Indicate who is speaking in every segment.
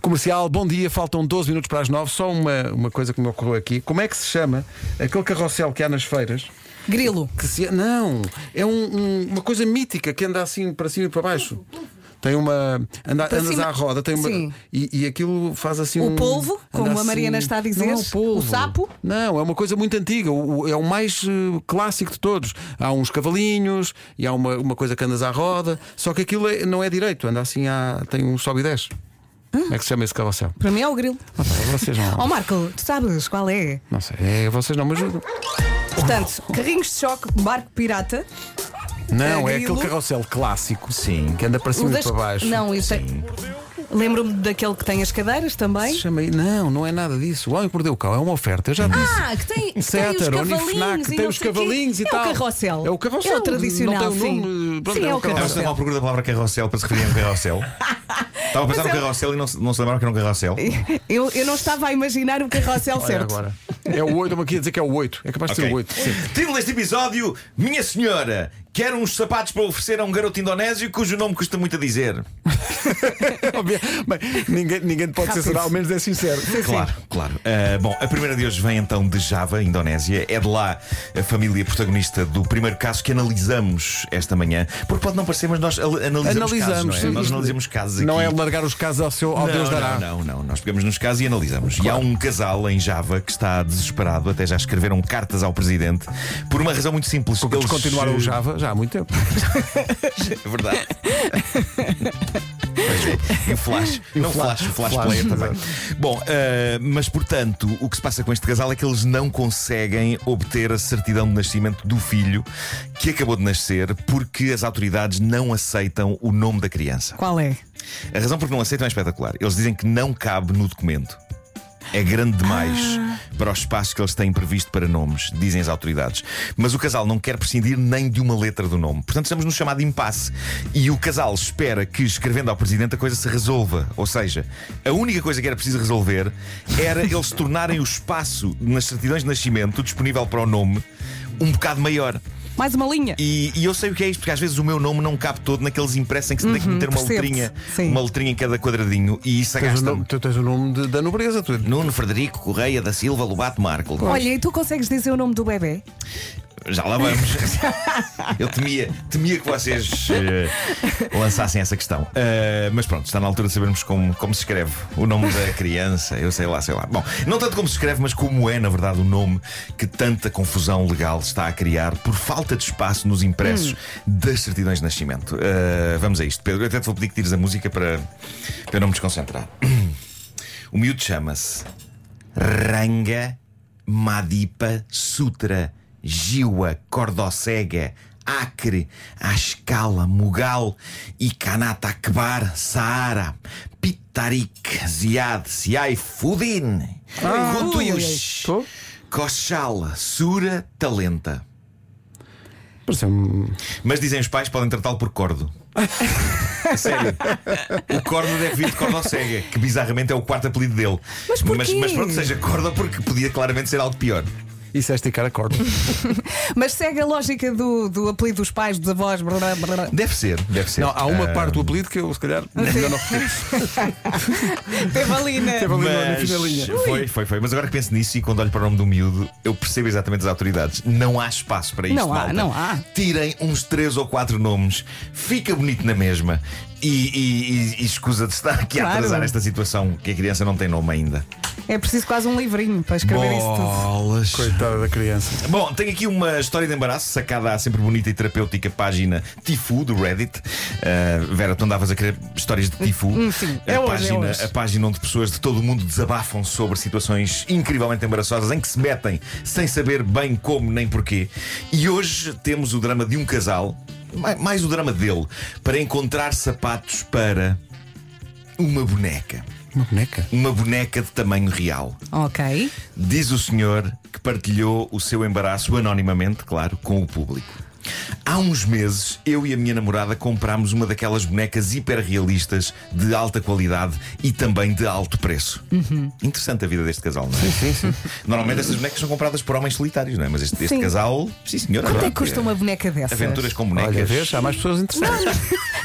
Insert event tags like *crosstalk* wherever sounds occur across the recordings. Speaker 1: Comercial, bom dia, faltam 12 minutos para as 9. Só uma, uma coisa que me ocorreu aqui. Como é que se chama aquele carrossel que há nas feiras?
Speaker 2: Grilo.
Speaker 1: Que se- não, é um- um- uma coisa mítica que anda assim para cima e para baixo. Tem uma. Anda,
Speaker 2: Para
Speaker 1: andas
Speaker 2: cima-
Speaker 1: à roda, tem uma.
Speaker 2: Sim.
Speaker 1: E, e aquilo faz assim
Speaker 2: O
Speaker 1: um.
Speaker 2: polvo,
Speaker 1: anda
Speaker 2: como a Mariana está a dizer,
Speaker 1: Não é o, polvo.
Speaker 2: o sapo?
Speaker 1: Não, é uma coisa muito antiga. o- o- é o mais eh, clássico de todos. Há uns cavalinhos e há uma, uma coisa que andas à roda. Só que aquilo é- não é direito, anda assim, à, tem um sobe e desce. Como é que se chama esse carrossel?
Speaker 2: Para mim é o grilo.
Speaker 1: Ah, pá, vocês
Speaker 2: Ó
Speaker 1: não.
Speaker 2: Marco, tu sabes qual é?
Speaker 1: Não sei, é, vocês não me ajudam.
Speaker 2: Portanto, carrinhos de choque, barco pirata,
Speaker 1: Não, é
Speaker 2: grilo.
Speaker 1: aquele carrossel clássico
Speaker 3: Sim.
Speaker 1: que anda para
Speaker 2: o
Speaker 1: cima e
Speaker 2: das-
Speaker 1: para baixo.
Speaker 2: Não, isso é- Lembro-me daquele que tem as cadeiras
Speaker 1: Se
Speaker 2: também.
Speaker 1: chama aí- Não, não é nada disso. O homem que mordeu o cão é uma oferta, eu já disse.
Speaker 2: Ah, que tem, que
Speaker 1: Isso é
Speaker 2: tem os
Speaker 1: Atarone e
Speaker 2: cavalinhos
Speaker 1: Fnac,
Speaker 2: e
Speaker 1: tem
Speaker 2: não
Speaker 1: os
Speaker 2: sei o quê.
Speaker 1: cavalinhos e
Speaker 2: é
Speaker 1: tal.
Speaker 2: o carrossel.
Speaker 1: É o carrossel,
Speaker 2: É
Speaker 1: não
Speaker 2: o tradicional,
Speaker 1: tem o
Speaker 2: sim.
Speaker 1: nome, pronto, é
Speaker 2: sim, é
Speaker 1: o
Speaker 2: o
Speaker 3: Eu estava
Speaker 2: carrossel.
Speaker 3: à procura da palavra carrossel para se referir a
Speaker 2: *laughs*
Speaker 3: um carrossel. Estava a pensar
Speaker 2: Mas
Speaker 3: no
Speaker 2: é-
Speaker 3: carrossel e não se, não se lembrava que era um carrossel.
Speaker 2: Eu, eu não estava a imaginar o carrossel
Speaker 1: *laughs* Olha
Speaker 2: certo.
Speaker 1: agora. É o 8, eu aqui a dizer que é o 8. É capaz de ser
Speaker 3: Ok.
Speaker 1: o 8. *laughs*
Speaker 3: Título deste episódio: Minha Senhora, quero uns sapatos para oferecer a um garoto indonésio cujo nome custa muito a dizer.
Speaker 1: Bem, ninguém, ninguém pode ser
Speaker 2: Rápido.
Speaker 1: será, ao menos é sincero.
Speaker 3: Claro, claro. Ah, bom, a primeira de hoje vem então de Java, Indonésia. É de lá a família protagonista do primeiro caso que analisamos esta manhã. Porque pode não parecer, mas nós al- analisamos, casos, não é?
Speaker 1: sim.
Speaker 3: Nós analisamos casos aqui.
Speaker 1: Não é largar os casos ao, seu, ao
Speaker 3: não,
Speaker 1: Oh, Deus
Speaker 3: não,
Speaker 1: dará.
Speaker 3: Não, não, nós pegamos nos casos e analisamos. E há um casal em Java que está desesperado, até já escreveram cartas ao presidente, por uma razão muito simples. eh,
Speaker 1: Porque eles eh, continuaram o Java já há muito tempo.
Speaker 3: É
Speaker 1: *laughs*
Speaker 3: verdade. Pois é, E o flash,
Speaker 1: o
Speaker 3: não
Speaker 1: flash,
Speaker 3: flash, o flash,
Speaker 1: flash,
Speaker 3: player
Speaker 1: exato.
Speaker 3: também. Bom, eh, mas portanto, o que se passa com este casal é que eles não conseguem obter a certidão de nascimento do filho que acabou de nascer porque as autoridades não aceitam o nome da criança.
Speaker 2: Qual é?
Speaker 3: A razão por que não aceitam é espetacular. Eles dizem que não cabe no documento. É grande demais para o espaço que eles têm previsto para nomes, dizem as autoridades. Mas o casal não quer prescindir nem de uma letra do nome. Portanto, estamos no chamado impasse. E o casal espera que, escrevendo ao presidente, a coisa se resolva. Ou seja, a única coisa que era preciso resolver era eles tornarem o espaço nas certidões de nascimento disponível para o nome um bocado maior.
Speaker 2: Mais uma linha.
Speaker 3: E, e eu sei o que é isto, porque às vezes o meu nome não cabe todo naqueles impressos em que se tem que meter uma
Speaker 2: percebo-se.
Speaker 3: letrinha,
Speaker 2: Sim.
Speaker 3: uma letrinha em cada quadradinho e isso
Speaker 1: Tens o nome-
Speaker 3: agasta-me.
Speaker 1: tu tens o nome de- da nobreza. Tu.
Speaker 3: Nuno Frederico Correia da Silva Lobato Marco.
Speaker 2: Olha, e tu consegues dizer o nome do bebê?
Speaker 3: Já lá vamos. Eu temia, temia que vocês eh, lançassem essa questão. Eh, mas pronto, está na altura de sabermos como, como se escreve o nome da criança. Eu sei lá, sei lá. Bom, não tanto como se escreve, mas como é, na verdade, o nome que tanta confusão legal está a criar por falta de espaço nos impressos das certidões de nascimento. Eh, vamos a isto, Pedro. Eu até te vou pedir que tires a música para, para eu não me desconcentrar. O miúdo chama-se Ranga Madipa Sutra Giwa Cordocega Acre Ascala Mugal e Kanata Akbar Saara Pitarik Ziad Siai Fudin Kutush
Speaker 1: Tô?
Speaker 3: Koshal Sura Talenta
Speaker 1: Parece-me.
Speaker 3: mas dizem os pais podem tratá-lo por
Speaker 2: *laughs*
Speaker 3: cordo. A Sério. O cordo deve vir de cordo cega, que bizarramente é o quarto apelido dele.
Speaker 2: Mas porquê?
Speaker 3: mas, pronto, seja corda porque podia claramente ser algo pior.
Speaker 1: Isso é esticar a corda.
Speaker 2: Mas segue a lógica do, do apelido dos pais, dos avós. Brá, brá.
Speaker 3: Deve ser, deve ser.
Speaker 1: Não, há uma
Speaker 3: Ah,
Speaker 1: parte do apelido que eu, se calhar, melhor não repetir.
Speaker 2: Teve ali, né?
Speaker 1: Teve ali na- na
Speaker 3: Ah, Mas
Speaker 1: finalinha.
Speaker 3: foi, foi, foi. Mas agora que penso nisso e quando olho para o nome do miúdo, eu percebo exatamente as autoridades. Não há espaço para isto.
Speaker 2: Não há,
Speaker 3: malta.
Speaker 2: não há.
Speaker 3: Tirem uns três ou quatro nomes, fica bonito na mesma e, e- e- e escusa de estar aqui a
Speaker 2: Claro.
Speaker 3: atrasar esta situação que a criança não tem nome ainda.
Speaker 2: É preciso quase um livrinho para escrever isso tudo.
Speaker 1: *laughs*
Speaker 3: Bolas.
Speaker 1: Coitada da criança.
Speaker 3: Bom, tenho aqui uma história de embaraço sacada à sempre bonita e terapêutica página Tifu do Reddit. Uh, Vera, tu andavas a querer histórias de Tifu.
Speaker 2: sim.
Speaker 3: a,
Speaker 2: É hoje,
Speaker 3: página,
Speaker 2: é hoje.
Speaker 3: a página onde pessoas de todo o mundo desabafam sobre situações incrivelmente embaraçosas em que se metem sem saber bem como nem porquê. E hoje temos o drama de um casal, mai- mais o drama dele, para encontrar sapatos para uma boneca.
Speaker 1: Uma boneca.
Speaker 3: Uma boneca de tamanho real.
Speaker 2: Ok.
Speaker 3: Diz o senhor que partilhou o seu embaraço anonimamente, claro, com o público. Há uns meses, eu e a minha namorada comprámos uma daquelas bonecas hiperrealistas de alta qualidade e também de alto preço. Interessante a vida deste casal, não é? Uhum. Sim, sim. Normalmente estas bonecas são compradas por homens solitários, não é? Mas este, este
Speaker 2: Sim. é
Speaker 3: casal, sim senhor.
Speaker 2: Quanto é que custa uma boneca dessas?
Speaker 3: Aventuras com bonecas.
Speaker 1: Olha, vês, há mais pessoas interessadas.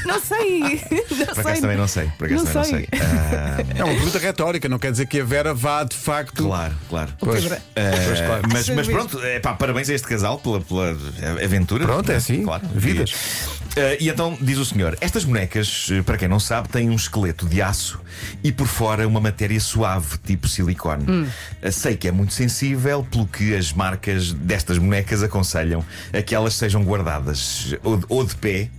Speaker 2: Não sei. Não
Speaker 3: *laughs* Por
Speaker 2: sei.
Speaker 3: acaso também não sei. Por acaso
Speaker 2: Não
Speaker 3: também
Speaker 2: sei.
Speaker 3: não sei.
Speaker 2: *laughs*
Speaker 3: Ah,
Speaker 1: É uma pergunta retórica, não quer dizer que a Vera vá de facto.
Speaker 3: claro, claro.
Speaker 1: Pois,
Speaker 2: Pedro.
Speaker 1: pois, claro.
Speaker 3: Eh, Mas,
Speaker 2: Sim,
Speaker 3: mas
Speaker 2: mesmo.
Speaker 3: pronto, é, pá, parabéns a este casal pela, pela aventura.
Speaker 1: Pronto, é assim, vidas.
Speaker 3: E, eh, e então diz o senhor: estas bonecas, eh, para quem não sabe, têm um esqueleto de aço e por fora uma matéria suave, tipo silicone.
Speaker 2: Hum.
Speaker 3: Eh, Sei que é muito sensível, pelo que as marcas destas bonecas aconselham a que elas sejam guardadas ou de, ou de pé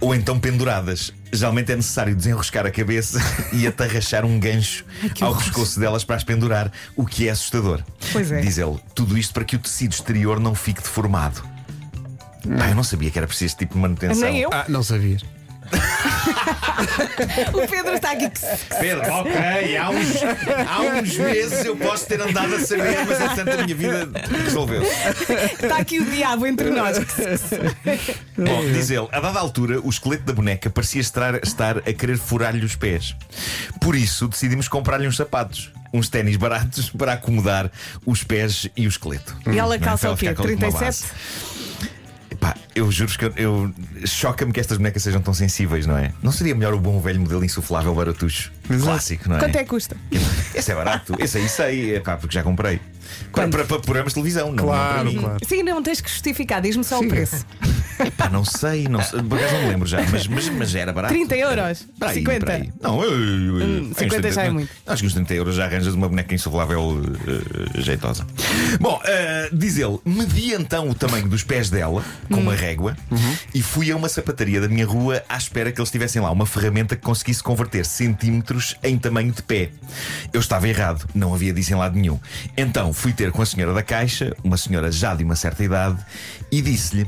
Speaker 3: ou então penduradas. Geralmente é necessário desenroscar a cabeça *laughs* e atarrachar um gancho ao pescoço delas para as pendurar, o que é assustador.
Speaker 2: Pois é.
Speaker 3: Diz ele, tudo isto para que o tecido exterior não fique deformado. Pá, eu não sabia que era preciso este tipo de manutenção.
Speaker 2: Nem Hum. eu.
Speaker 1: Ah, não sabias.
Speaker 2: O Pedro está aqui.
Speaker 3: Pedro, ok, há uns, há uns meses eu posso ter andado a saber, mas entretanto a minha vida resolveu-se.
Speaker 2: Está aqui o diabo
Speaker 3: *laughs*
Speaker 2: entre nós.
Speaker 3: Bom,
Speaker 2: é?
Speaker 3: diz ele, a dada altura, o esqueleto da boneca parecia estar, estar a querer furar-lhe os pés. Por isso, decidimos comprar-lhe uns sapatos, uns ténis baratos, para acomodar os pés e o esqueleto.
Speaker 2: E ela
Speaker 3: Não é?
Speaker 2: calça
Speaker 3: Para
Speaker 2: o quê?
Speaker 3: ficar com alguma
Speaker 2: 37?
Speaker 3: base. Epá, eu juro-vos que eu, eu- choca-me que estas bonecas sejam tão sensíveis, não é? Não seria melhor o bom velho modelo insuflável baratucho? Clássico, não é?
Speaker 2: Quanto é que custa?
Speaker 3: Esse é barato, esse aí sei, epá, porque já comprei. Para, para, para programas de televisão, não não para
Speaker 1: Claro,
Speaker 3: mim.
Speaker 1: claro.
Speaker 2: Sim, não tens que justificar. Diz-me só o preço.
Speaker 3: Pá, não sei, não sei, por acaso não me lembro já, mas, mas, mas era barato.
Speaker 2: 30 euros?
Speaker 3: Para aí,
Speaker 2: 50?
Speaker 3: para aí. Não, eu, eu, eu, uns
Speaker 2: 50 já é muito.
Speaker 3: Acho que uns 30 euros já arranjas uma boneca insuflável eh, jeitosa. Bom, eh, diz ele, medi então o tamanho dos pés dela com uma régua e fui a uma sapataria da minha rua à espera que eles tivessem lá uma ferramenta que conseguisse converter centímetros em tamanho de pé. Eu estava errado, não havia disso em lado nenhum. Então fui ter com a senhora da caixa, uma senhora já de uma certa idade, e disse-lhe: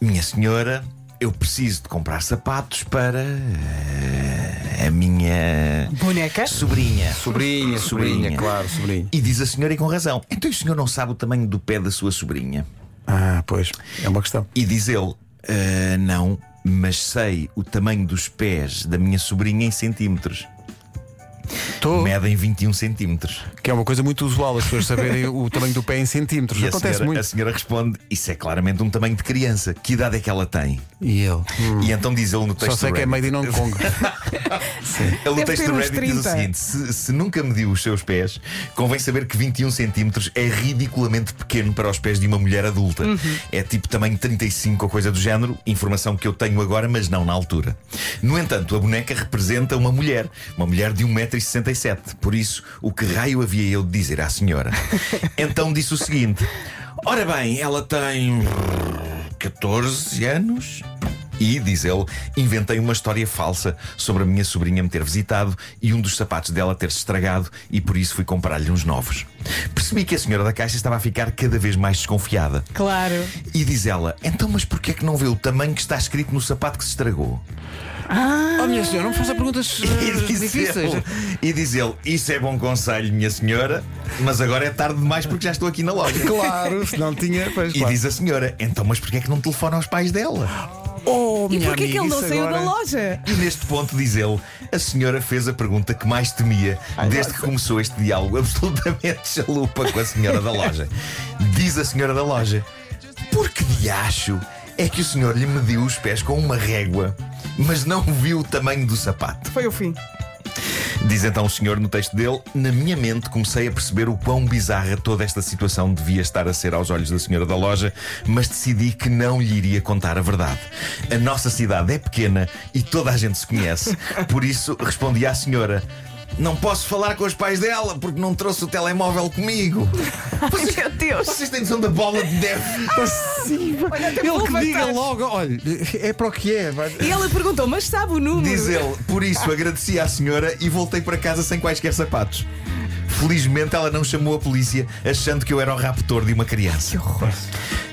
Speaker 3: Minha senhora, eu preciso de comprar sapatos para. eh, A minha.
Speaker 2: Boneca?
Speaker 3: Sobrinha.
Speaker 1: Sobrinha,
Speaker 3: Sobrinha.
Speaker 1: claro, sobrinha.
Speaker 3: E diz a senhora, e com razão: Então o senhor não sabe o tamanho do pé da sua sobrinha?
Speaker 1: Ah, pois, é uma questão.
Speaker 3: E diz ele: "Ah, Não, mas sei o tamanho dos pés da minha sobrinha em centímetros.
Speaker 1: Tô,
Speaker 3: Medem 21 centímetros.
Speaker 1: que é uma coisa muito usual as pessoas saberem o tamanho do pé em centímetros.
Speaker 3: E a
Speaker 1: Acontece
Speaker 3: senhora, a
Speaker 1: muito.
Speaker 3: senhora responde: Isso é claramente um tamanho de criança. Que idade é que ela tem?
Speaker 1: E ele? Hum,
Speaker 3: E então diz ele no texto
Speaker 1: Só sei
Speaker 3: do
Speaker 1: que é
Speaker 3: Reddit-
Speaker 1: made in Hong Kong.
Speaker 3: Ele no
Speaker 2: Deve
Speaker 3: texto
Speaker 2: ter
Speaker 3: do
Speaker 2: uns
Speaker 3: Reddit diz o
Speaker 2: 30.
Speaker 3: seguinte: se, se nunca mediu os seus pés, convém saber que 21 centímetros é ridiculamente pequeno para os pés de uma mulher adulta.
Speaker 2: Uhum.
Speaker 3: É tipo tamanho 35 ou coisa do género, informação que eu tenho agora, mas não na altura. No entanto, a boneca representa uma mulher, uma mulher de 1,67m. Por isso, o que raio havia eu de dizer
Speaker 2: *laughs*
Speaker 3: à senhora? então disse o seguinte: Ora bem, ela tem 14 anos. E, diz ele, inventei uma história falsa sobre a minha sobrinha me ter visitado e um dos sapatos dela ter-se estragado e por isso fui comprar-lhe uns novos. Percebi que a senhora da caixa estava a ficar cada vez mais desconfiada.
Speaker 2: Claro.
Speaker 3: E diz ela, então mas porquê é que não vê o tamanho que está escrito no sapato que se estragou?
Speaker 1: *laughs* Oh, minha senhora, não me faça perguntas
Speaker 3: *laughs* E
Speaker 1: eh,
Speaker 3: diz,
Speaker 1: difíceis.
Speaker 3: ele, e diz ele, isso é bom conselho, minha senhora, mas agora é tarde demais porque já estou aqui na loja.
Speaker 1: Claro, se não tinha. Pois,
Speaker 3: E
Speaker 1: claro.
Speaker 3: diz a senhora, então mas porquê é que não telefona aos pais dela?
Speaker 1: oh,
Speaker 2: E
Speaker 1: minha
Speaker 2: porquê que
Speaker 1: amiga,
Speaker 2: ele não
Speaker 1: isso
Speaker 2: saiu
Speaker 1: agora-
Speaker 2: da loja?
Speaker 3: E neste ponto, diz ele, a senhora fez a pergunta que mais temia desde que começou este diálogo absolutamente *laughs* chalupa com a senhora da loja. Diz a senhora da loja: Por que diacho é que o senhor lhe mediu os pés com uma régua, mas não viu o tamanho do sapato?
Speaker 2: Foi o fim.
Speaker 3: Diz então o senhor no texto dele: Na minha mente comecei a perceber o quão bizarra toda esta situação devia estar a ser aos olhos da senhora da loja, mas decidi que não lhe iria contar a verdade. A nossa cidade é pequena e toda a gente se conhece, por isso respondi à senhora. Não posso falar com os pais dela porque não trouxe o telemóvel comigo.
Speaker 2: Meu Deus.
Speaker 3: Vocês têm noção da bola de neve?
Speaker 2: Olha, até me
Speaker 1: Ele
Speaker 2: vou
Speaker 1: que diga
Speaker 2: levantar.
Speaker 1: logo, olha, é para o que é. vai-
Speaker 2: E ela perguntou, mas sabe o número?
Speaker 3: Diz ele, por isso agradeci à senhora e voltei para casa sem quaisquer sapatos. Felizmente ela não chamou a polícia, achando que eu era o raptor de uma criança. Que horror.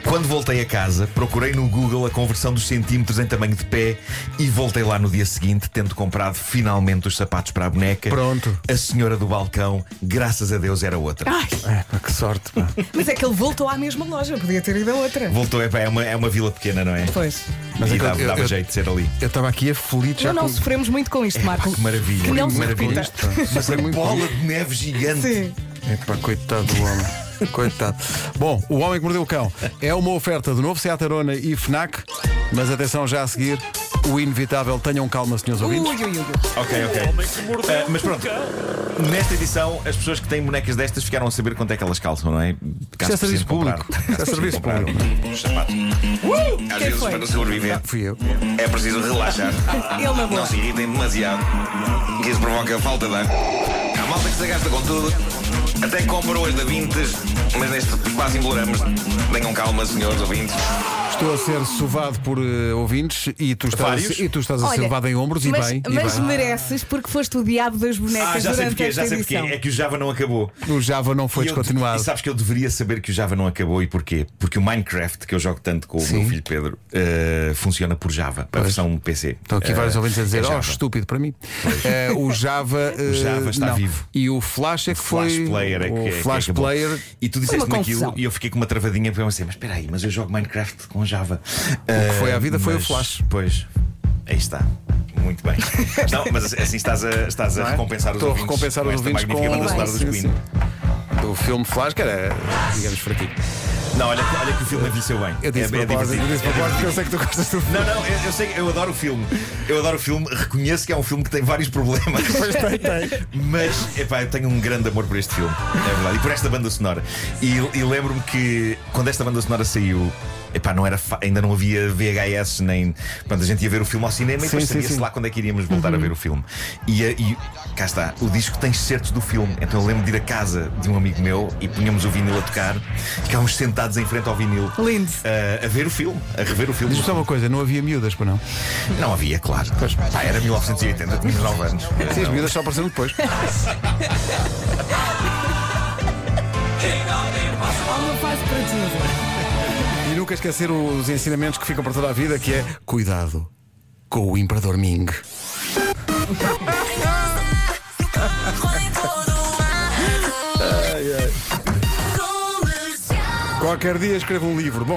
Speaker 3: Quando voltei a casa, procurei no Google a conversão dos centímetros em tamanho de pé e voltei lá no dia seguinte, tendo comprado finalmente os sapatos para a boneca.
Speaker 1: Pronto.
Speaker 3: A senhora do balcão, graças a Deus, era outra.
Speaker 2: Ai,
Speaker 1: É, pá, que sorte, pá.
Speaker 2: mas é que ele voltou à mesma loja, podia ter ido a outra.
Speaker 3: Voltou, é, pá, é, uma, é uma vila pequena, não é?
Speaker 2: Pois.
Speaker 1: Mas
Speaker 3: e
Speaker 1: é que eu-
Speaker 3: dava,
Speaker 1: eu-
Speaker 3: dava
Speaker 1: eu-
Speaker 3: jeito de ser ali.
Speaker 1: Eu estava aqui aflito já
Speaker 2: Não,
Speaker 1: com...
Speaker 2: não
Speaker 1: É,
Speaker 2: sofremos muito com isto,
Speaker 3: Pá,
Speaker 2: Marco.
Speaker 3: que maravilha,
Speaker 2: Que não
Speaker 3: que
Speaker 2: se
Speaker 3: maravilha.
Speaker 2: repita.
Speaker 3: Mas a bola de neve gigante.
Speaker 2: Sim.
Speaker 1: Epá, É, coitado do homem. coitado. Bom, o homem que mordeu o cão é uma oferta do novo Seat Arona e Fnac, mas atenção já a seguir o inevitável. Tenham calma, senhores
Speaker 2: Ui,
Speaker 1: ouvintes.
Speaker 2: ui, ui, ui.
Speaker 3: Ok, ok. Ah, mas pronto, nesta edição, as pessoas que têm bonecas destas ficaram a saber quanto é que elas calçam, não é? Caso
Speaker 1: é serviço
Speaker 3: precisem comprar-
Speaker 1: público.
Speaker 3: caso
Speaker 1: Isso é serviço
Speaker 3: precisem comprar Os sapatos. Às
Speaker 2: Quem
Speaker 3: vezes,
Speaker 2: foi?
Speaker 3: para sobreviver,
Speaker 1: Fui eu.
Speaker 3: é preciso relaxar.
Speaker 2: *laughs* Ele na boa.
Speaker 3: Não se irritem demasiado, que isso provoca falta de ar. Há malta que se gasta com tudo, até compra hoje da Vintes, mas neste quase imploramos. Tenham calma, senhores ouvintes.
Speaker 1: Estou a ser sovado por eh, ouvintes e tu estás, a
Speaker 3: Vários?
Speaker 1: ser- e tu estás a ser
Speaker 2: Olha,
Speaker 1: levado em ombros
Speaker 2: mas,
Speaker 1: e bem. e
Speaker 2: Mas
Speaker 1: bem.
Speaker 2: mereces, porque foste o diabo das bonecas
Speaker 3: Ah, já sei
Speaker 2: É durante
Speaker 3: porquê,
Speaker 2: esta
Speaker 3: já sei porquê.
Speaker 2: edição.
Speaker 3: É que o Java não acabou.
Speaker 1: O Java não foi
Speaker 3: E eu-
Speaker 1: descontinuado.
Speaker 3: e sabes que eu deveria saber que o Java não acabou e porquê? Porque o Minecraft, que eu jogo tanto com o meu filho Pedro, eh, funciona por Java, a versão PC.
Speaker 1: Estão aqui vários
Speaker 3: Eh,
Speaker 1: ouvintes a
Speaker 3: é
Speaker 1: dizer, oh,
Speaker 3: Java.
Speaker 1: estúpido para mim. Eh, o
Speaker 3: *laughs*
Speaker 1: Java. eh,
Speaker 3: Java está
Speaker 1: não.
Speaker 3: vivo.
Speaker 1: E o Flash é que foi.
Speaker 3: Flash Player é que, é
Speaker 1: o
Speaker 3: que
Speaker 1: Flash
Speaker 3: acabou.
Speaker 1: Player.
Speaker 3: E tu
Speaker 2: Foi uma
Speaker 3: disseste-me aquilo
Speaker 2: confusão.
Speaker 3: e eu fiquei com uma travadinha porque eu pensei, mas espera aí, mas eu jogo Minecraft com Java. Eh,
Speaker 1: que foi à vida foi o Flash.
Speaker 3: Pois, aí está.
Speaker 1: *laughs*
Speaker 3: Muito bem. não, mas assim estás a, estás a
Speaker 1: Não é?
Speaker 3: recompensar os
Speaker 1: Estou a
Speaker 3: ouvintes.
Speaker 1: recompensar os
Speaker 3: esta
Speaker 1: ouvintes
Speaker 3: magnífica
Speaker 1: com-
Speaker 3: banda sonora dos
Speaker 1: Sim,
Speaker 3: Queen.
Speaker 1: O filme Flash, que era, digamos, fraquinho.
Speaker 3: Não, olha, que- olha que o filme envelheceu bem.
Speaker 1: Eu disse
Speaker 3: é, é
Speaker 1: é, propósito, eu
Speaker 3: divertido.
Speaker 1: disse propósito, porque eu sei que tu gostas do
Speaker 3: Não, não, eu, eu sei que eu adoro o filme. Eu adoro o filme, reconheço que é um filme que tem vários problemas.
Speaker 1: *laughs*
Speaker 3: Pois tem, tem. Mas, epá, eu tenho um grande amor por este filme, é verdade, e por esta banda sonora. E, e lembro-me que quando esta banda sonora saiu. Epá, não era fa- ainda não havia VHS nem. Pronto, a gente ia ver o filme ao cinema e depois
Speaker 1: sim,
Speaker 3: sabia-se
Speaker 1: sim. Uhum.
Speaker 3: lá quando é que iríamos voltar a ver o filme. E, eh, e cá está, o disco tem certos do filme. Então eu lembro de ir a casa de um amigo meu e punhamos o vinil a tocar, ficávamos sentados em frente ao vinil.
Speaker 2: Lindo.
Speaker 3: eh, a ver o filme, a rever o filme.
Speaker 1: Diz-me só uma coisa, não havia miúdas, para não?
Speaker 3: Não havia, claro. Pá, era 1980, tínhamos 9 anos.
Speaker 1: Sim, as
Speaker 3: Não.
Speaker 1: miúdas só apareceram depois.
Speaker 2: Há uma fase para tudo.
Speaker 1: E nunca esquecer os ensinamentos que ficam para toda a vida, que é cuidado com o Imperador Ming. Qualquer dia escrevo um livro. Bom,